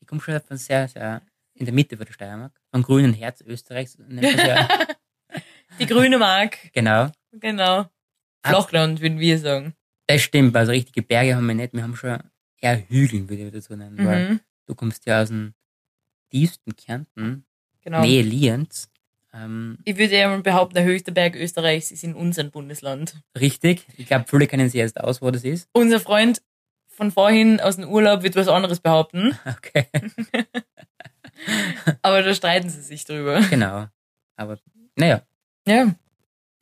B: ich komme schon von sehr, sehr in der Mitte von der Steiermark. Vom grünen Herz Österreichs. nennt man's ja.
A: Die grüne Mark,
B: genau.
A: genau. Flachland, würden wir sagen.
B: Das stimmt, also richtige Berge haben wir nicht. Wir haben schon eher Hügeln, würde ich dazu nennen. Weil
A: Mhm,
B: du kommst ja aus dem tiefsten Kärnten,
A: genau.
B: Nähe Lienz. Ähm,
A: Ich würde eher mal behaupten, der höchste Berg Österreichs ist in unserem Bundesland.
B: Richtig. Ich glaube, viele kennen sich erst aus, wo das ist.
A: Unser Freund von vorhin aus dem Urlaub wird was anderes behaupten,
B: Okay.
A: aber da streiten sie sich drüber.
B: genau. Aber, naja.
A: Ja.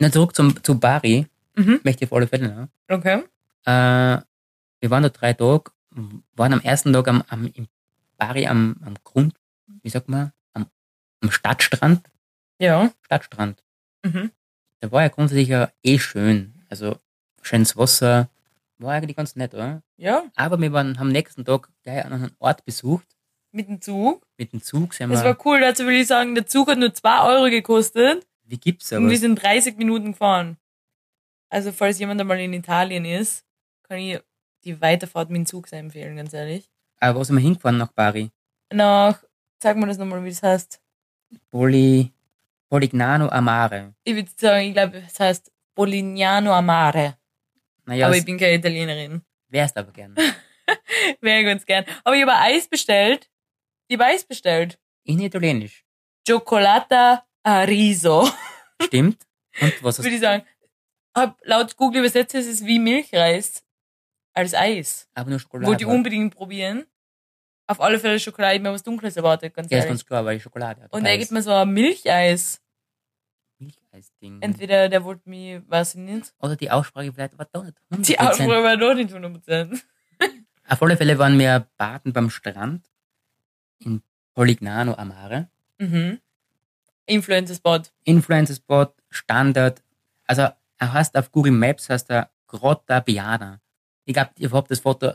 B: Na, zurück zum, zu Bari.
A: Mhm.
B: Möchte ich auf alle Fälle.
A: Okay.
B: Ja. Äh, wir waren da drei Tage, waren am ersten Tag am, am, im Bari am, am Grund, wie sagt man, am, am Stadtstrand.
A: Ja.
B: Stadtstrand.
A: Mhm.
B: Da war ja grundsätzlich ja eh schön. Also schönes Wasser. War eigentlich ganz nett, oder?
A: Ja.
B: Aber wir waren, haben am nächsten Tag gleich einen anderen Ort besucht.
A: Mit dem Zug.
B: Mit dem Zug sind
A: Das
B: wir.
A: war cool. Dazu würde ich sagen, der Zug hat nur 2 Euro gekostet
B: Wie gibt's
A: und wir
B: sowas?
A: sind 30 Minuten gefahren. Also, falls jemand einmal in Italien ist, kann ich die Weiterfahrt mit dem Zug sehr empfehlen, ganz ehrlich.
B: Aber Ah, wo sind wir hingefahren nach Bari?
A: Nach, sag mir das nochmal, wie das heißt.
B: Poli, Polignano Amare.
A: Ich würde sagen, ich glaube, es heißt Polignano Amare.
B: Naja,
A: aber
B: das
A: ich bin keine Italienerin.
B: wärst aber gern.
A: Wäre ganz gern. Aber ich habe ein Eis bestellt. Ich habe Eis bestellt.
B: In Italienisch.
A: Cioccolata a riso.
B: Stimmt. Und was hast
A: Würde ich sagen. Hab laut Google übersetzt, es ist wie Milchreis als Eis.
B: Aber nur Schokolade.
A: Wollte ich unbedingt probieren. Auf alle Fälle Schokolade. Ich hab mir was Dunkles erwartet, ganz
B: ja, ist
A: ehrlich.
B: ganz Mhm. klar, weil Schokolade hat.
A: Und er gibt mir so ein Milcheis.
B: Milcheisding.
A: Entweder der wollte mich, weiß ich nicht.
B: Oder die Aussprache vielleicht war doch nicht 100%.
A: Die Aussprache war noch nicht 100%.
B: Auf alle Fälle waren wir baden beim Strand in Polignano Amare.
A: Mhm. Influencer-Spot.
B: Mhm. Influencer-Spot, Standard. Also, er heißt auf Google Maps, heißt er Grotta Biana. Ich glaube, ihr habt das Foto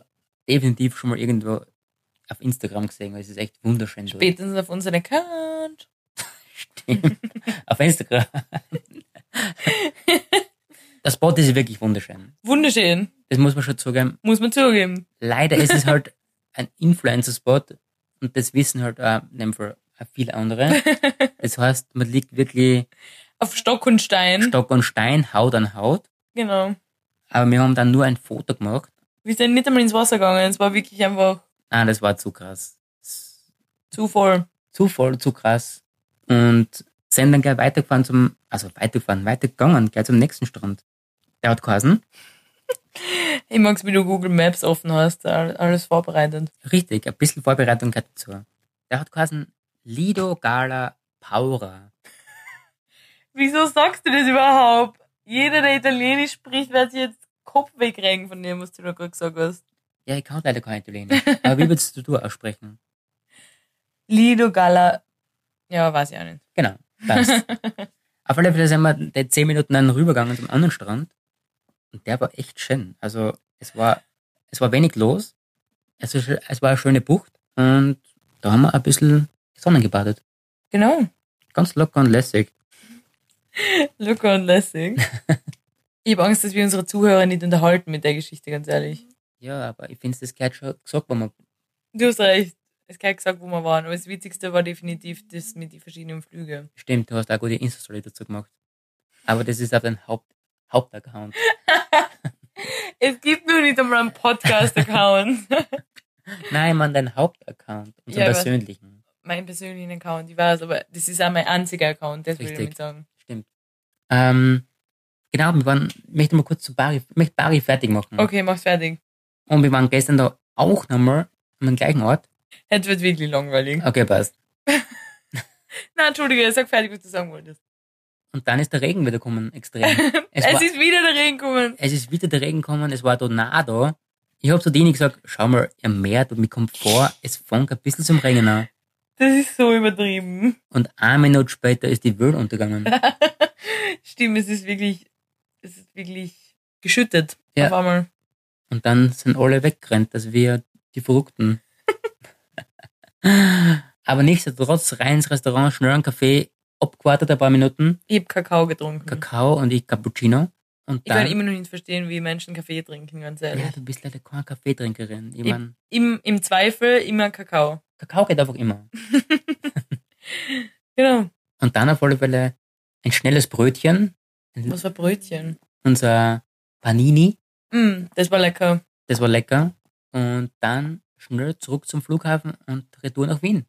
B: definitiv schon mal irgendwo auf Instagram gesehen, weil es ist echt wunderschön. dort.
A: Spätestens auf unseren Account.
B: Stimmt. auf Instagram. das Spot ist wirklich wunderschön.
A: Wunderschön.
B: Das muss man schon zugeben.
A: Muss man zugeben.
B: Leider ist es halt ein Influencer-Spot und das wissen halt auch in dem Fall auch viele andere. Das heißt, man liegt wirklich
A: Auf Stock und Stein.
B: Stock und Stein, Haut an Haut.
A: Genau.
B: Aber wir haben dann nur ein Foto gemacht.
A: Wir sind nicht einmal ins Wasser gegangen. Es war wirklich einfach
B: Ah, das war zu krass.
A: zu voll.
B: Zu voll, zu krass. Und sind dann gleich weitergefahren zum, also weitergefahren, weitergegangen, gleich zum nächsten Strand. Der hat geheißen,
A: Ich mag's, wie du Google Maps offen hast. All- Alles vorbereitet.
B: Richtig, ein bisschen Vorbereitung gehört dazu. Der hat geheißen Lido Gala Paura.
A: Wieso sagst du das überhaupt? Jeder, der Italienisch spricht, wird sich jetzt Kopf wegrengen von dem, was du da gerade gesagt hast.
B: Ja, ich kann leider kein Italienisch. Aber wie würdest du du aussprechen?
A: Lido Gala. Ja, weiß ich auch nicht.
B: Genau, das. Auf alle Fälle sind wir die zehn Minuten dann rübergegangen zum anderen Strand. Und der war echt schön. Also, es war, es war wenig los. Es, ist, es war eine schöne Bucht. Und da haben wir ein bisschen Sonne gebadet.
A: Genau.
B: Ganz locker und lässig.
A: Locker und lässig. Ich habe Angst, dass wir unsere Zuhörer nicht unterhalten mit der Geschichte, ganz ehrlich.
B: Ja, aber ich finde, das gehört schon gesagt, wenn man
A: Du hast recht. Es kann gesagt, wo wir waren. Aber das Witzigste war definitiv das mit den verschiedenen Flügen.
B: Stimmt, du hast auch gute Insta-Story dazu gemacht. Aber das ist auf dein Haupt Hauptaccount.
A: Es gibt nur nicht einmal einen Podcast-Account.
B: Nein, man, dein Hauptaccount. Unseren
A: Ja, was-
B: persönlichen.
A: mein persönlichen Account, ich weiß, aber das ist auch mein einziger Account, das würde ich
B: Richtig.
A: damit sagen.
B: Stimmt. Ähm, genau, wir waren, ich möchte mal kurz zu Bari, ich möchte Bari fertig machen.
A: Okay, mach's fertig.
B: Und wir waren gestern da auch nochmal an dem gleichen Ort.
A: Jetzt wird wirklich langweilig.
B: Okay, passt.
A: Na, Entschuldige, sag fertig, was du sagen wolltest.
B: Und dann ist der Regen wieder gekommen, extrem. Es,
A: Es,
B: war,
A: ist wieder der Regen gekommen.
B: es ist wieder der Regen gekommen, es war Tornado. Ich habe zu denen gesagt, schau mal, am Meer, du, mir kommt vor, es fängt ein bisschen zum Regen an.
A: Das ist so übertrieben.
B: Und eine Minute später ist die Welt untergegangen.
A: Stimmt, es ist wirklich, es ist wirklich geschüttet.
B: Ja.
A: Auf einmal.
B: Und dann sind alle weggerannt, dass wir die Verrückten. Aber nichtsdestotrotz rein ins Restaurant, schnell einen Kaffee, abgewartet ein paar Minuten,
A: Ich hab Kakao getrunken.
B: Kakao und ich Cappuccino. Und
A: Mhm. Ich kann
B: dann,
A: immer noch nicht verstehen, wie Menschen Kaffee trinken, ganz ehrlich.
B: ja, du bist leider keine Kaffeetrinkerin. Ich
A: Ich-
B: mein,
A: Im, Im Zweifel immer Kakao.
B: Kakao geht einfach immer.
A: Genau.
B: Und dann auf alle Fälle ein schnelles Brötchen, ein,
A: Was für Brötchen.
B: unser Panini,
A: Mm, das war lecker.
B: das war lecker. Und dann schnell zurück zum Flughafen und Retour nach Wien.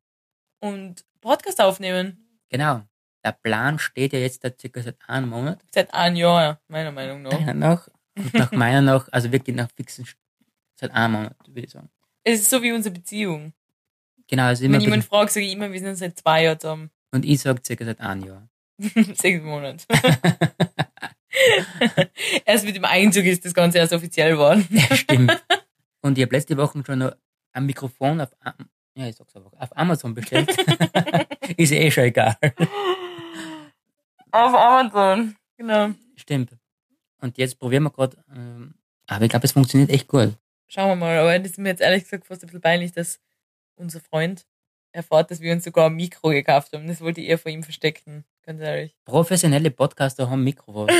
A: Und Podcast aufnehmen.
B: Genau. Der Plan steht ja jetzt seit circa seit einem Monat.
A: Seit einem Jahr, meiner Meinung nach.
B: deiner nach und nach meiner nach, also wirklich nach fixen St- seit einem Monat, würde ich sagen.
A: Es ist so wie unsere Beziehung.
B: Genau, also immer
A: Wenn
B: ein
A: jemand
B: bisschen,
A: fragt, sage ich immer, wir sind seit zwei Jahren zusammen.
B: und ich sage circa seit einem Jahr.
A: Sechs Monate. Erst mit dem Einzug ist das Ganze erst offiziell geworden.
B: Stimmt. Und ich habe letzte Woche schon noch ein Mikrofon auf, Am- ja, ich sag's einfach, auf Amazon bestellt. ist eh schon egal.
A: Auf Amazon. Genau.
B: Stimmt. Und jetzt probieren wir gerade. Ähm, aber ich glaube, es funktioniert echt gut.
A: Schauen wir mal. Aber das ist mir jetzt ehrlich gesagt fast ein bisschen peinlich, dass unser Freund erfährt, dass wir uns sogar ein Mikro gekauft haben. Das wollte ich eher vor ihm verstecken. Ganz ehrlich.
B: Professionelle Podcaster haben Mikrofon.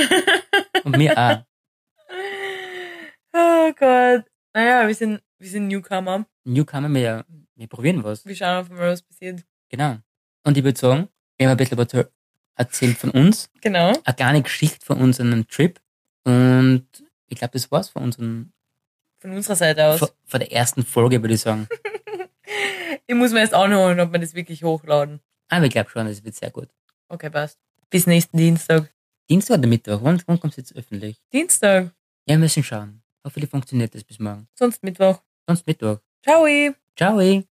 B: Und mir auch.
A: Oh Gott. Naja, wir sind, wir sind Newcomer.
B: Newcomer, wir, wir probieren was.
A: Wir schauen einfach mal, was passiert.
B: Genau. Und ich würde sagen, wir haben ein bisschen was er- erzählt von uns.
A: Genau.
B: Eine kleine Geschichte von unserem Trip. Und ich glaube, das war's von unserem,
A: Von unserer Seite aus.
B: von, von der ersten Folge, würde ich sagen.
A: Ich muss mir erst anhören, ob wir das wirklich hochladen.
B: Ah, Aber ich glaube schon, das wird sehr gut.
A: Okay, passt. Bis nächsten Dienstag.
B: Dienstag oder Mittwoch? Wann, wann kommt's jetzt öffentlich?
A: Dienstag.
B: Ja, wir müssen schauen. Hoffentlich funktioniert das bis morgen.
A: Sonst Mittwoch.
B: Sonst Mittwoch.
A: Ciao.
B: Ciao! eh.